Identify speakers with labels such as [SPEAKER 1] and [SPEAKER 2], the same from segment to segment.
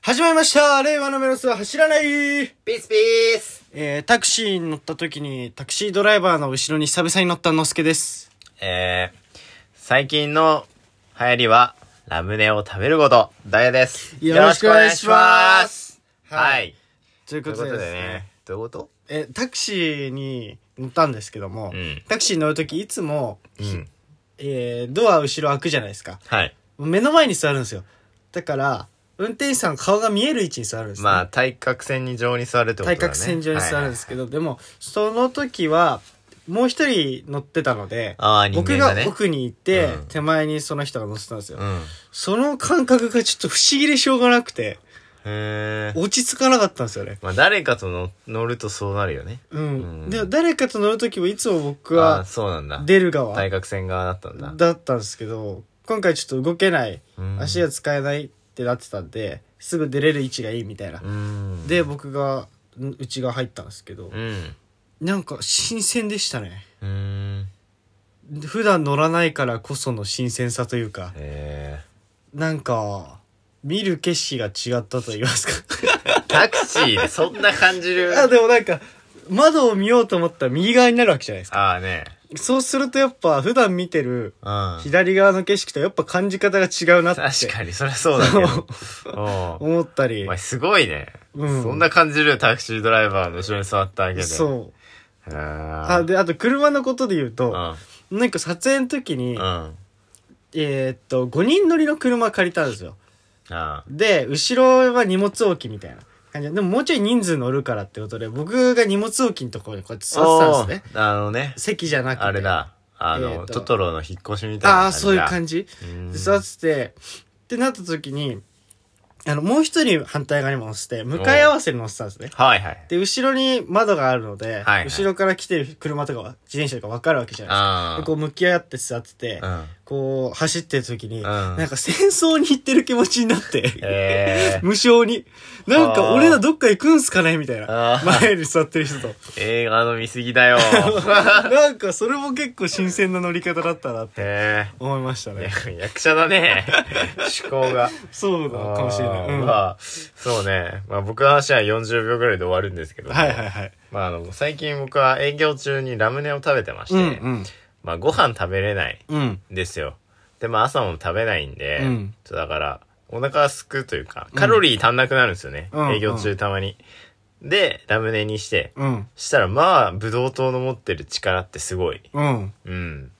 [SPEAKER 1] 始まりました令和のメロスは走らないえ
[SPEAKER 2] ピースピース
[SPEAKER 1] ー、タクシーに乗った時に、タクシードライバーの後ろに久々に乗ったのすけです。
[SPEAKER 2] えー、最近の流行りは、ラムネを食べること、ダイヤです。
[SPEAKER 1] よろしくお願いします
[SPEAKER 2] は
[SPEAKER 1] はい
[SPEAKER 2] い。
[SPEAKER 1] という
[SPEAKER 2] と
[SPEAKER 1] こ
[SPEAKER 2] い
[SPEAKER 1] とで
[SPEAKER 2] うこと
[SPEAKER 1] で
[SPEAKER 2] です
[SPEAKER 1] ね
[SPEAKER 2] ね。、どういうこと
[SPEAKER 1] えー、タクシーに乗ったんですけども、
[SPEAKER 2] うん
[SPEAKER 1] タクシーに乗る時いつも、
[SPEAKER 2] うん。
[SPEAKER 1] えー、ドア後ろ開くじゃないですか。
[SPEAKER 2] はい。
[SPEAKER 1] 目の前に座るんですよ。だから、運転手さんの顔が見える位置に座るんですね。
[SPEAKER 2] まあ、対角線に上に座るってことだね。。
[SPEAKER 1] 対角線上に座るんですすけど、でも、その時は、もう一人乗ってたので、
[SPEAKER 2] ああ人
[SPEAKER 1] 僕
[SPEAKER 2] 間
[SPEAKER 1] が
[SPEAKER 2] がね
[SPEAKER 1] 奥に行って、
[SPEAKER 2] うん
[SPEAKER 1] 手前にその人が乗ってたんですよ。
[SPEAKER 2] うん。
[SPEAKER 1] その感覚がちょっと不思議でしょうがなくて、
[SPEAKER 2] へえ。
[SPEAKER 1] 落ち着かなかったんですよね。
[SPEAKER 2] まあ、誰かとの乗るとそうなるよね。
[SPEAKER 1] うん。
[SPEAKER 2] うん
[SPEAKER 1] で、誰かと乗る時もいつも僕
[SPEAKER 2] ああ、
[SPEAKER 1] は
[SPEAKER 2] そうなんだ。
[SPEAKER 1] 出る側
[SPEAKER 2] 対角線側だったんだ。
[SPEAKER 1] だったんですけど、今回ちょっと動けない、
[SPEAKER 2] うん
[SPEAKER 1] 足が使えないってなってたんで、すぐ出れる位置がいいみたいな
[SPEAKER 2] う。ん。
[SPEAKER 1] で、僕が、ん内側入ったんですけど
[SPEAKER 2] う、ん。
[SPEAKER 1] なんか新鮮でしたね。
[SPEAKER 2] うーん。
[SPEAKER 1] 普段乗らないからこその新鮮さというか、
[SPEAKER 2] え
[SPEAKER 1] なんか、見る景色が違ったと言いますか。
[SPEAKER 2] ー。タクシーでそんな感 じる
[SPEAKER 1] あ、でもなんか、窓を見ようと思ったら右側になるわけじゃないですか。
[SPEAKER 2] ああね。
[SPEAKER 1] そうするとやっぱ普段見てる
[SPEAKER 2] うん。
[SPEAKER 1] 左側の景色とやっぱ感じ方が違うなって
[SPEAKER 2] 確かに、そりゃそう だけど。おう
[SPEAKER 1] 思った
[SPEAKER 2] お
[SPEAKER 1] り。
[SPEAKER 2] 前すごいね。
[SPEAKER 1] うん
[SPEAKER 2] そんな感じるよタクシードライバーの後ろに座っただけで。う。
[SPEAKER 1] そう。
[SPEAKER 2] あ
[SPEAKER 1] あ、
[SPEAKER 2] で、
[SPEAKER 1] で、あと車のことで言う
[SPEAKER 2] う
[SPEAKER 1] と、
[SPEAKER 2] ん。
[SPEAKER 1] なんか撮影の時に
[SPEAKER 2] うん。、あ
[SPEAKER 1] えーっと、5人乗りの車借りたんですよ。
[SPEAKER 2] あ。
[SPEAKER 1] で、後ろは荷物置きみたいな感じで、でももうちょい人数乗るからってことで、僕が荷物置きのところにこうやって座ってたんですね。
[SPEAKER 2] おーあのね、
[SPEAKER 1] 席じゃなくて。
[SPEAKER 2] あれだ。あの、
[SPEAKER 1] えーと
[SPEAKER 2] トトロの引っ越しみたいな
[SPEAKER 1] ああ、そういう感
[SPEAKER 2] じ
[SPEAKER 1] じ。
[SPEAKER 2] だ。うん
[SPEAKER 1] で座ってて、ってなった時に、あの、もう一人反対側にも乗せて、向かい合わせに乗せたんですね。
[SPEAKER 2] はいはい。
[SPEAKER 1] で、後ろに窓があるので、
[SPEAKER 2] はいはい
[SPEAKER 1] 後ろから来てる車とかは、自転車とかわかるわけじゃないです
[SPEAKER 2] あ
[SPEAKER 1] か。
[SPEAKER 2] あ。
[SPEAKER 1] でこう向き合って座ってて、
[SPEAKER 2] うん。
[SPEAKER 1] こう走ってる時に、
[SPEAKER 2] ん
[SPEAKER 1] なんか戦争に行ってる気持ちになって、
[SPEAKER 2] えー
[SPEAKER 1] 無性に。なんか
[SPEAKER 2] あー
[SPEAKER 1] 俺らどっか行くんすかねみたいな
[SPEAKER 2] あ。ー
[SPEAKER 1] 前に座ってる人と。
[SPEAKER 2] 映画の見過ぎだ よ。
[SPEAKER 1] なんかそれも結構新鮮な乗り方だったなって
[SPEAKER 2] へ
[SPEAKER 1] 思いました ね。
[SPEAKER 2] え。役者だね。趣向が。
[SPEAKER 1] そうなのかもしれない。
[SPEAKER 2] あ
[SPEAKER 1] う
[SPEAKER 2] ー
[SPEAKER 1] ん、は
[SPEAKER 2] まあ、そうね。まあ僕の話は40秒ぐらいで終わるんですけど
[SPEAKER 1] い
[SPEAKER 2] も。
[SPEAKER 1] はいはい。
[SPEAKER 2] まああの、最近僕は営業中にラムネを食べてまして、
[SPEAKER 1] うん
[SPEAKER 2] まあご飯食べれない
[SPEAKER 1] うん。うん。
[SPEAKER 2] んですよ。で、まあ朝も食べないんで、
[SPEAKER 1] うん
[SPEAKER 2] ちょっとだから、お腹がすくというか、カロリー足んなくなるんですよね。
[SPEAKER 1] うん
[SPEAKER 2] 営業中たまに。で、ラムネにして、
[SPEAKER 1] うん。
[SPEAKER 2] したらまあ、ブドウ糖の持ってる力ってすごい。
[SPEAKER 1] うん。
[SPEAKER 2] うん。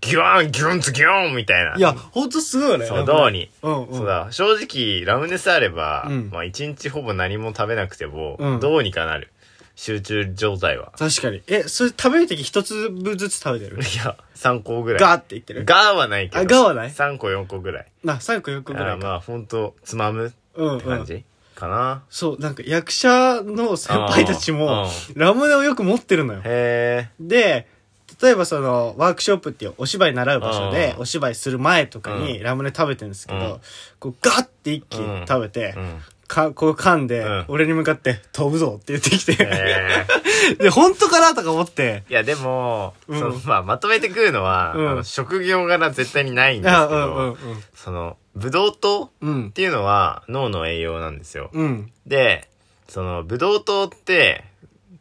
[SPEAKER 2] ギュワン、ギュンツギュンみたいな。
[SPEAKER 1] いや、ほんとすごいよね。
[SPEAKER 2] そう、どうに。
[SPEAKER 1] うんうん。
[SPEAKER 2] そう。だ、正直、ラムネさえあれば、
[SPEAKER 1] うん
[SPEAKER 2] まあ一日ほぼ何も食べなくても、
[SPEAKER 1] うん
[SPEAKER 2] どうにかなる。集中状態は。
[SPEAKER 1] 確かに。え、それ食べるとき一粒ずつ食べてる
[SPEAKER 2] いや、3個ぐらい。
[SPEAKER 1] ガーっていってる
[SPEAKER 2] ガーはないけど。
[SPEAKER 1] あガーはない
[SPEAKER 2] ?3 個4個ぐらい。
[SPEAKER 1] な、3個4個
[SPEAKER 2] だ
[SPEAKER 1] ぐ
[SPEAKER 2] からら
[SPEAKER 1] いか。
[SPEAKER 2] まあ、ほんと、つまむっ
[SPEAKER 1] うん
[SPEAKER 2] て感
[SPEAKER 1] うん。
[SPEAKER 2] じかな。
[SPEAKER 1] そう、なんか役者の先輩たち
[SPEAKER 2] う
[SPEAKER 1] も
[SPEAKER 2] ん、
[SPEAKER 1] ラムネをよく持ってるのよ。
[SPEAKER 2] へ
[SPEAKER 1] で、例えばその、ワークショップっていうお芝居習う場所で、
[SPEAKER 2] うん
[SPEAKER 1] お芝居する前とかに
[SPEAKER 2] う
[SPEAKER 1] ラムネ食べてるんですけど、
[SPEAKER 2] うん
[SPEAKER 1] こうガッて一気に食べて
[SPEAKER 2] え。、うん。
[SPEAKER 1] か、こう噛んで、
[SPEAKER 2] うん
[SPEAKER 1] 俺に向かって、飛ぶぞって言ってきて、
[SPEAKER 2] へえ。
[SPEAKER 1] で、本当かなとか思って、
[SPEAKER 2] いや、でも、
[SPEAKER 1] うん
[SPEAKER 2] そのまあ、まとめて食うのは、
[SPEAKER 1] うん
[SPEAKER 2] あの職業柄絶対にないんですけ
[SPEAKER 1] あ
[SPEAKER 2] ど、
[SPEAKER 1] うんうん
[SPEAKER 2] その、ブドウ糖
[SPEAKER 1] うん。うん
[SPEAKER 2] っ。ていうのは脳の栄養なんですよ。
[SPEAKER 1] うん。
[SPEAKER 2] で、その、ブドウ糖って、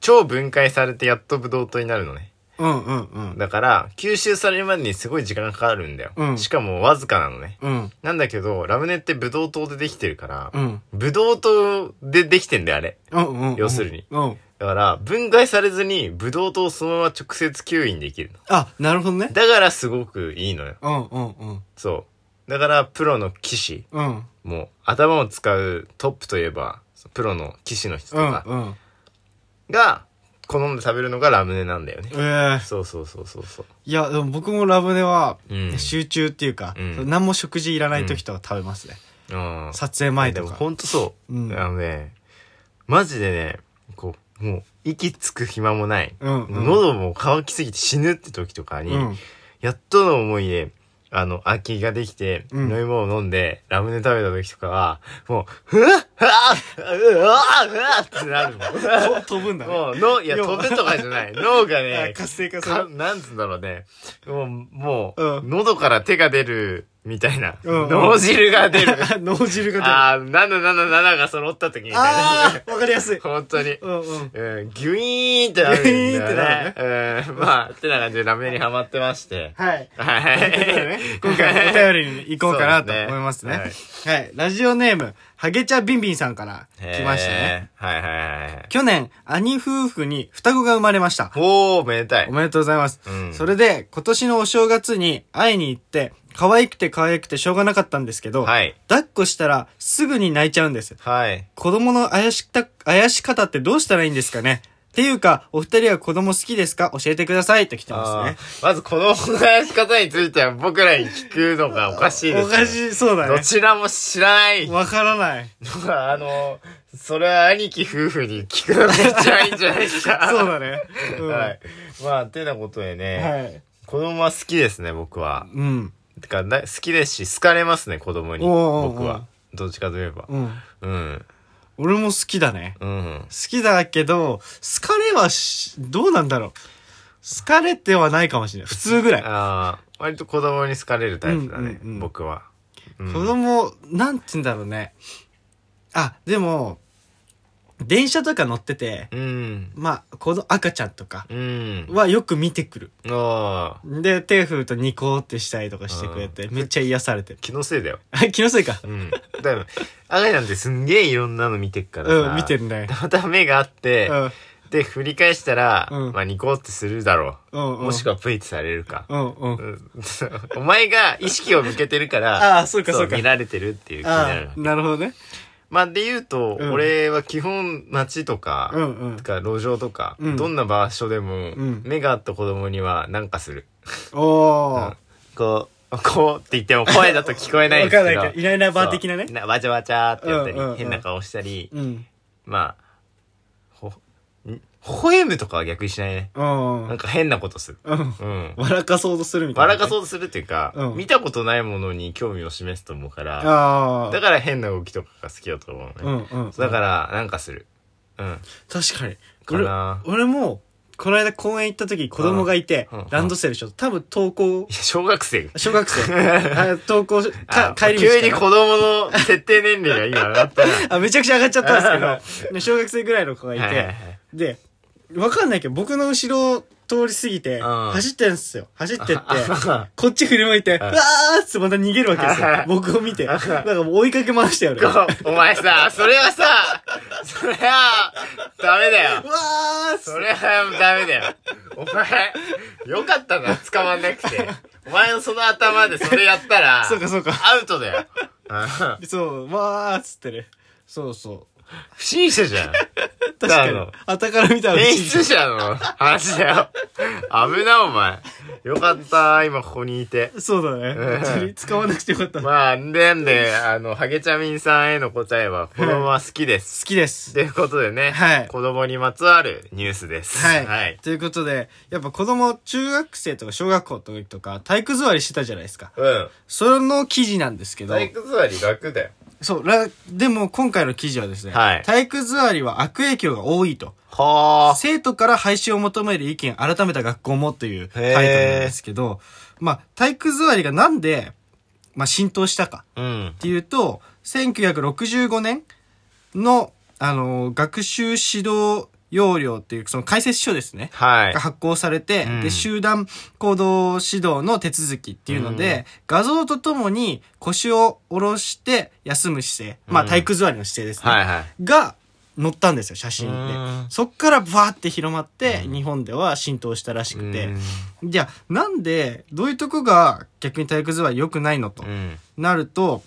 [SPEAKER 2] 超分解されてやっとブドウ糖になるのね。
[SPEAKER 1] うんうんうん。
[SPEAKER 2] だから、吸収されるまでにすごい時間がかかるんだよ。
[SPEAKER 1] うん
[SPEAKER 2] しかもわずかなのね。
[SPEAKER 1] うん。
[SPEAKER 2] なんだけど、ラムネってブドウ糖でできてるから、
[SPEAKER 1] うん。
[SPEAKER 2] ブドウ糖でできてんだよ、あれ。
[SPEAKER 1] うんうん。
[SPEAKER 2] 要するに。
[SPEAKER 1] うん。
[SPEAKER 2] だから、分解されずに、ブドウ糖をそのまま直接吸引できるの。
[SPEAKER 1] あ、なるほどね。
[SPEAKER 2] だからすごくいいのよ。
[SPEAKER 1] うんうんうん。
[SPEAKER 2] そう。だから、プロの騎士、
[SPEAKER 1] うん。
[SPEAKER 2] もう、頭を使うトップといえば、プロの騎士の人と
[SPEAKER 1] うん
[SPEAKER 2] か、
[SPEAKER 1] うん。
[SPEAKER 2] が好んで食べるのがラムネなんだよね
[SPEAKER 1] ええ。ー。
[SPEAKER 2] そうそうそうそうそう。
[SPEAKER 1] いや、でも僕もラムネは
[SPEAKER 2] うん、
[SPEAKER 1] 集中っていうか、
[SPEAKER 2] うん
[SPEAKER 1] 何も食事いらない時とか食べますね。
[SPEAKER 2] うん。
[SPEAKER 1] 撮影前
[SPEAKER 2] で
[SPEAKER 1] と
[SPEAKER 2] も
[SPEAKER 1] か。
[SPEAKER 2] ほんとそう。
[SPEAKER 1] うん
[SPEAKER 2] あのね、マジでね、こう、もう、息つく暇もない。
[SPEAKER 1] うんうん
[SPEAKER 2] 喉も乾きすぎて死ぬって時とかに、
[SPEAKER 1] うん
[SPEAKER 2] やっとの思いで、あの、空きができて、
[SPEAKER 1] うん
[SPEAKER 2] 飲み物を飲んで、ラムネ食べた時とかは、もう、ふわっふわっうわっふわっってなる
[SPEAKER 1] と
[SPEAKER 2] の。
[SPEAKER 1] 飛ぶんだね。
[SPEAKER 2] もう、脳、いや、
[SPEAKER 1] 要
[SPEAKER 2] 飛
[SPEAKER 1] は
[SPEAKER 2] ぶとかじゃない。脳 が
[SPEAKER 1] あ
[SPEAKER 2] ね、
[SPEAKER 1] 活性化す
[SPEAKER 2] か
[SPEAKER 1] る。
[SPEAKER 2] なんつうんだろうね。もう、もう、
[SPEAKER 1] うん
[SPEAKER 2] 喉から手が出るみたいな。
[SPEAKER 1] うんうん
[SPEAKER 2] 脳汁が出る。
[SPEAKER 1] 脳汁が
[SPEAKER 2] ああ、777が揃った時み
[SPEAKER 1] 出
[SPEAKER 2] た
[SPEAKER 1] る。
[SPEAKER 2] いな
[SPEAKER 1] あ。あ、わかりやすい。
[SPEAKER 2] 本当に。
[SPEAKER 1] うんうん。
[SPEAKER 2] うん、ギュイーンってなるんだ
[SPEAKER 1] ギュイーンってな
[SPEAKER 2] よね。うん、まあ、ってな感じでラムネにハマってまして。
[SPEAKER 1] はい。
[SPEAKER 2] は
[SPEAKER 1] ということで
[SPEAKER 2] い
[SPEAKER 1] ね。 今回お便りに行こうかなと思いますね。
[SPEAKER 2] そう
[SPEAKER 1] は
[SPEAKER 2] で
[SPEAKER 1] い、ラジオネーム、ハゲチャビンビンさんから来ましたね。。
[SPEAKER 2] へーはいはいはいはい。
[SPEAKER 1] 去年、兄夫婦に双子が生まれました。
[SPEAKER 2] おー、めでたい
[SPEAKER 1] お。めでとうございます。
[SPEAKER 2] うん
[SPEAKER 1] それで、今年のお正月に会いに行って、可愛くて可愛くてしょうがなかったんですけど、
[SPEAKER 2] はい。
[SPEAKER 1] 抱っこしたらすぐに泣いちゃうんです。
[SPEAKER 2] はい。
[SPEAKER 1] 子供の怪しか怪し方ってどうしたらいいんですかねっていうか、お二人は子供好きですか教えてくださいと来てます
[SPEAKER 2] あ
[SPEAKER 1] ね。
[SPEAKER 2] ーまず、この話し方については僕らに聞くのがおかしいです、ね。
[SPEAKER 1] おかしい、そうだ
[SPEAKER 2] ど
[SPEAKER 1] ね。
[SPEAKER 2] ちらも知らない。
[SPEAKER 1] わからない。
[SPEAKER 2] あの、それは兄貴夫婦に聞くのが一番いいんじゃないですか。
[SPEAKER 1] そうだね。うん
[SPEAKER 2] はい。まあ、てなことでね、
[SPEAKER 1] はい。
[SPEAKER 2] 子供は好きですね、僕は。
[SPEAKER 1] うん。
[SPEAKER 2] てか、な好きですし、好かれますね、子供に。
[SPEAKER 1] おうおうおう
[SPEAKER 2] 僕は。どっちかといえば。
[SPEAKER 1] うん。
[SPEAKER 2] うん。
[SPEAKER 1] 俺も好きだね。
[SPEAKER 2] うん。
[SPEAKER 1] 好きだけど、好かれはし、どうなんだろう。好かれてはないかもしれない。普通ぐらい。
[SPEAKER 2] ああ、割と子供に好かれるタイプだね、
[SPEAKER 1] うんうんうん
[SPEAKER 2] 僕は。うん
[SPEAKER 1] 子供、なんて言うんだろうね。あ、でも、電車とか乗ってて、
[SPEAKER 2] うん。
[SPEAKER 1] まあ、この赤ちゃんとか
[SPEAKER 2] うん。
[SPEAKER 1] はよく見てくる。
[SPEAKER 2] ああ、
[SPEAKER 1] で、手振るとニコーってしたりとかしてくれて、めっちゃ癒されてる。
[SPEAKER 2] 気のせいだよ。
[SPEAKER 1] あ、気のせい か
[SPEAKER 2] う。ん。だから、赤ちゃんってすんげえいろんなの見てっからさ。
[SPEAKER 1] うん、見てるね。
[SPEAKER 2] また目があって、
[SPEAKER 1] うん、
[SPEAKER 2] で、振り返したら、
[SPEAKER 1] うん
[SPEAKER 2] まあ、ニコってするだろ
[SPEAKER 1] うん、
[SPEAKER 2] う。
[SPEAKER 1] うん。
[SPEAKER 2] もしくはプイってされるか。
[SPEAKER 1] うん、うん。
[SPEAKER 2] うん、 お前が意識を向けてるから、
[SPEAKER 1] あーそうかそうか
[SPEAKER 2] 見られてるっていう気になる
[SPEAKER 1] あ。なるほどね。
[SPEAKER 2] まあ、で言うと、
[SPEAKER 1] うん
[SPEAKER 2] 俺は基本街とか、
[SPEAKER 1] うん、うん
[SPEAKER 2] と。か路上とか、
[SPEAKER 1] うん
[SPEAKER 2] どんな場所でも、
[SPEAKER 1] うん
[SPEAKER 2] 目が合った子供には何かする。
[SPEAKER 1] おー。
[SPEAKER 2] こう、こうって言っても声だと聞こえないですけど。
[SPEAKER 1] わかんないけどいないなバー的なね
[SPEAKER 2] そうなわちゃわちゃってやった
[SPEAKER 1] う
[SPEAKER 2] り、
[SPEAKER 1] んうんうん
[SPEAKER 2] 変な顔したり、
[SPEAKER 1] うん。
[SPEAKER 2] まあ、ほ、ん微笑むとかは逆にしないね。
[SPEAKER 1] うん。う
[SPEAKER 2] なん
[SPEAKER 1] ん。
[SPEAKER 2] か変なことする。うん。
[SPEAKER 1] 笑かそうとするみたいな。
[SPEAKER 2] 笑かそうとするっていうか、
[SPEAKER 1] うん
[SPEAKER 2] 見たことないものに興味を示すと思うから、
[SPEAKER 1] ああ。
[SPEAKER 2] だから変な動きとかが好きだと思うね。
[SPEAKER 1] うんうん。
[SPEAKER 2] だから、なんかする。うん。
[SPEAKER 1] 確かに。
[SPEAKER 2] かな
[SPEAKER 1] 俺、俺も、この間公園行った時子供がいて
[SPEAKER 2] うんうん、
[SPEAKER 1] ランドセルしょ。多分登校
[SPEAKER 2] い、や小学生。
[SPEAKER 1] 小学生。 あ登校し、
[SPEAKER 2] あ
[SPEAKER 1] か、帰り道
[SPEAKER 2] 急に
[SPEAKER 1] か
[SPEAKER 2] 子供の設定年齢が今上が ったな。
[SPEAKER 1] なあ、めちゃくちゃ上がっちゃったんですけど、ね小学生ぐらいの子がい
[SPEAKER 2] はいはいは
[SPEAKER 1] て
[SPEAKER 2] い、
[SPEAKER 1] で、わかんないけど、僕の後ろを通り過ぎて、
[SPEAKER 2] うん
[SPEAKER 1] 走ってんすよ。走 ってって、
[SPEAKER 2] あ
[SPEAKER 1] こっち振り向いて、うわーっつってまた逃げるわけですよ
[SPEAKER 2] はい。
[SPEAKER 1] 僕を見て。なんかもう追いかけ回してやる。うわ
[SPEAKER 2] お前さ、それはさ、それは、ダメだよ。
[SPEAKER 1] ーっつっ
[SPEAKER 2] それはダメだよ。お前、よかったな、捕まんなくて。お前のその頭でそれやったら、
[SPEAKER 1] そうかそうか
[SPEAKER 2] アウトだよ。うん
[SPEAKER 1] て。そう、わーっつってね。そうそう。
[SPEAKER 2] 不審者 じゃん。
[SPEAKER 1] 確か
[SPEAKER 2] だ
[SPEAKER 1] に
[SPEAKER 2] か。
[SPEAKER 1] あたから見たら
[SPEAKER 2] 変質者の話だよ。危な、お前。よかった、今ここにいて。
[SPEAKER 1] そうだね。
[SPEAKER 2] うん
[SPEAKER 1] 本当に使わなくてよかった。好
[SPEAKER 2] まあ、んでんで、あの、ハゲチャミンさんへの答えは、子供は好きです。
[SPEAKER 1] きです。
[SPEAKER 2] ということでね、
[SPEAKER 1] はい
[SPEAKER 2] 子供にまつわるニュースです。
[SPEAKER 1] はい。
[SPEAKER 2] はい。
[SPEAKER 1] ということで、やっぱ子供、中学生とか小学校の時とか、体育座りしてたじゃないですか。
[SPEAKER 2] うん。
[SPEAKER 1] その記事なんですけど、
[SPEAKER 2] 体育座り楽だよ。
[SPEAKER 1] そう、らでも今回の記事はですね、
[SPEAKER 2] はい
[SPEAKER 1] 体育座りは悪影響が多いと、
[SPEAKER 2] はあ。
[SPEAKER 1] 生徒から廃止を求める意見改めた学校もというタイトルなんですけど、まあ、体育座りがなんで、まあ、浸透したか。
[SPEAKER 2] うん
[SPEAKER 1] っ。ていうと、1965年の、あの、学習指導要領っていう、その解説書ですね。
[SPEAKER 2] はい
[SPEAKER 1] が。発行されて、
[SPEAKER 2] うん
[SPEAKER 1] で、集団行動指導の手続きっていうので、画像とともに腰を下ろして休む姿勢、まあ
[SPEAKER 2] うん
[SPEAKER 1] 体育座りの姿勢ですね。
[SPEAKER 2] はいはい。
[SPEAKER 1] が載ったんですよ、写真
[SPEAKER 2] うん
[SPEAKER 1] で。そっからバーって広まって、日本では浸透したらしくて。じゃあ、なんで、どういうとこが逆に体育座り良くないのと
[SPEAKER 2] う。ん。
[SPEAKER 1] なると、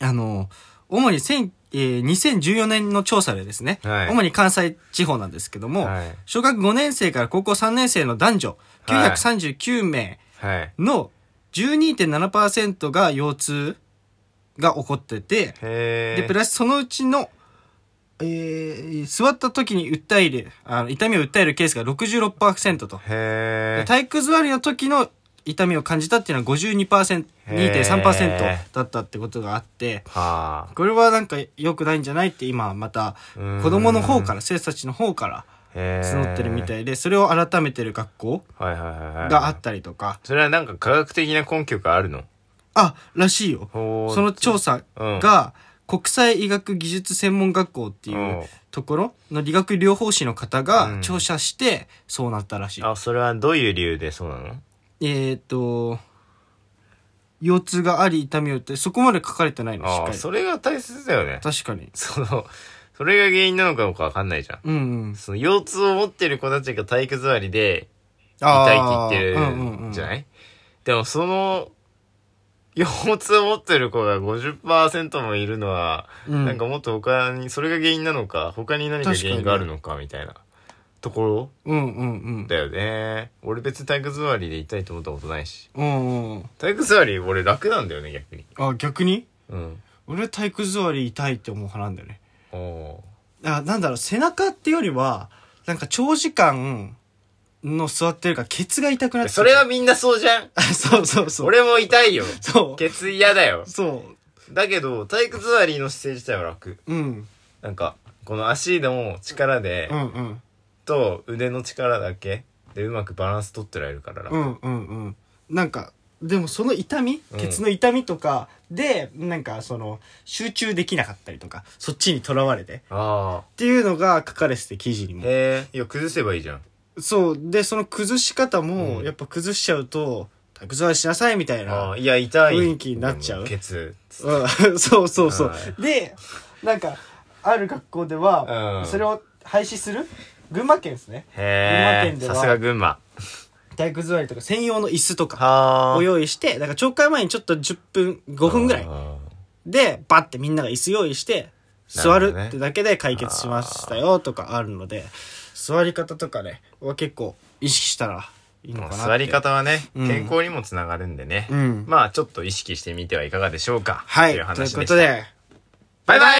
[SPEAKER 1] あの、主に1000、えー2014年の調査でですね、
[SPEAKER 2] はい
[SPEAKER 1] 主に関西地方なんですけども、
[SPEAKER 2] はい
[SPEAKER 1] 小学5年生から高校3年生の男女
[SPEAKER 2] はい
[SPEAKER 1] 939名
[SPEAKER 2] はい。
[SPEAKER 1] の12.7%が腰痛が起こってて、
[SPEAKER 2] へえ。
[SPEAKER 1] で、プラスそのうちの、えー座った時に訴える、あの痛みを訴えるケースが66%と。
[SPEAKER 2] へえ。
[SPEAKER 1] 体育座りの時の痛みを感じたっていうのは 52%2.3%
[SPEAKER 2] へー
[SPEAKER 1] だったってことがあって
[SPEAKER 2] はあ。
[SPEAKER 1] これはなんか良くないんじゃないって今また
[SPEAKER 2] うん
[SPEAKER 1] 子供の方から生徒たちの方から
[SPEAKER 2] へえ。
[SPEAKER 1] 募ってるみたいでそれを改めてる学校
[SPEAKER 2] はいはいはいはい。
[SPEAKER 1] があったりとか
[SPEAKER 2] それはなんか科学的な根拠があるの
[SPEAKER 1] あ、らしいよ。
[SPEAKER 2] ほー
[SPEAKER 1] その調査が、国際医学技術専門学校っていうところの理学療法士の方
[SPEAKER 2] う
[SPEAKER 1] が
[SPEAKER 2] ん
[SPEAKER 1] 調査して、そうなったらしい。
[SPEAKER 2] あ、それはどういう理由でそうなの
[SPEAKER 1] えーっと、腰痛があり痛みをって、そこまで書かれてないの、しっ
[SPEAKER 2] あ
[SPEAKER 1] か
[SPEAKER 2] あ、
[SPEAKER 1] り。
[SPEAKER 2] それが大切だよね。
[SPEAKER 1] 確かに。
[SPEAKER 2] その、それが原因なのかどうかわかんないじゃん。
[SPEAKER 1] うんうん。
[SPEAKER 2] その、腰痛を持ってる子たちが体育座りで、
[SPEAKER 1] あ
[SPEAKER 2] 痛い
[SPEAKER 1] ー
[SPEAKER 2] って言
[SPEAKER 1] うん
[SPEAKER 2] って
[SPEAKER 1] うんう
[SPEAKER 2] る
[SPEAKER 1] ん
[SPEAKER 2] じゃない、でもその、腰痛を持ってる子が50%もいるのは、
[SPEAKER 1] うん
[SPEAKER 2] なんかもっと他に、それが原因なのか、他に何か原因があるのか、みたいなところ
[SPEAKER 1] うんうんうん。
[SPEAKER 2] だよね。俺別に体育座りで痛いと思ったことないし。
[SPEAKER 1] うんうん。
[SPEAKER 2] 体育座り俺楽なんだよね、逆に。
[SPEAKER 1] あ、逆に
[SPEAKER 2] うん。
[SPEAKER 1] 俺体育座り痛いって思う派なんだよね。
[SPEAKER 2] おお
[SPEAKER 1] あ、なんだろう、背中ってよりは、なんか長時間の座ってるから、ケツが痛くなっ
[SPEAKER 2] ー。
[SPEAKER 1] て
[SPEAKER 2] それはみんなそうじゃん。
[SPEAKER 1] あ、 そうそうそう。
[SPEAKER 2] 俺も痛いよ。
[SPEAKER 1] そ
[SPEAKER 2] ケツ嫌だよ
[SPEAKER 1] う。。そ
[SPEAKER 2] だけど、体育座りの姿勢自体は楽。
[SPEAKER 1] う。うん。
[SPEAKER 2] なんか、この足の力で、
[SPEAKER 1] うんうん。
[SPEAKER 2] と腕の力だけでうまくバランス取ってられるからな
[SPEAKER 1] うんうんうん。なんか、でもその痛み
[SPEAKER 2] うん
[SPEAKER 1] ケツの痛みとかで、なんかその、集中できなかったりとか、そっちにとらわれて。っ
[SPEAKER 2] ああ
[SPEAKER 1] ていうのが書かれてて、記事にも。
[SPEAKER 2] へえいや崩せばいいじゃん
[SPEAKER 1] そう。で、その崩し方も、
[SPEAKER 2] うん
[SPEAKER 1] やっぱ崩しちゃうと、たくさんしなさいみたい
[SPEAKER 2] ああ
[SPEAKER 1] な。
[SPEAKER 2] いや痛い
[SPEAKER 1] 雰囲気になっちゃう
[SPEAKER 2] ケツ
[SPEAKER 1] うん、 そうそうそ
[SPEAKER 2] は
[SPEAKER 1] う。で、なんか、ある学校では
[SPEAKER 2] う、ん
[SPEAKER 1] それを廃止する群馬県ですね。群馬
[SPEAKER 2] へ
[SPEAKER 1] 県
[SPEAKER 2] え
[SPEAKER 1] では
[SPEAKER 2] さすが群馬
[SPEAKER 1] 体育座りとか専用の椅子とか
[SPEAKER 2] は
[SPEAKER 1] を用意して、だから懲戒前にちょっと10分、5分ぐらいで、バッてみんなが椅子用意して、座るってだけで解決しましたよとかあるので、座り方とかね、は結構意識したらいいのかなって。
[SPEAKER 2] 座り。方はね
[SPEAKER 1] うん
[SPEAKER 2] 健康にもつながるんでね
[SPEAKER 1] うん
[SPEAKER 2] まあちょっと意識してみてはいかがでしょうか
[SPEAKER 1] はい。と
[SPEAKER 2] という
[SPEAKER 1] いう
[SPEAKER 2] 話
[SPEAKER 1] こ
[SPEAKER 2] でし
[SPEAKER 1] と
[SPEAKER 2] た
[SPEAKER 1] で、
[SPEAKER 2] バイバイ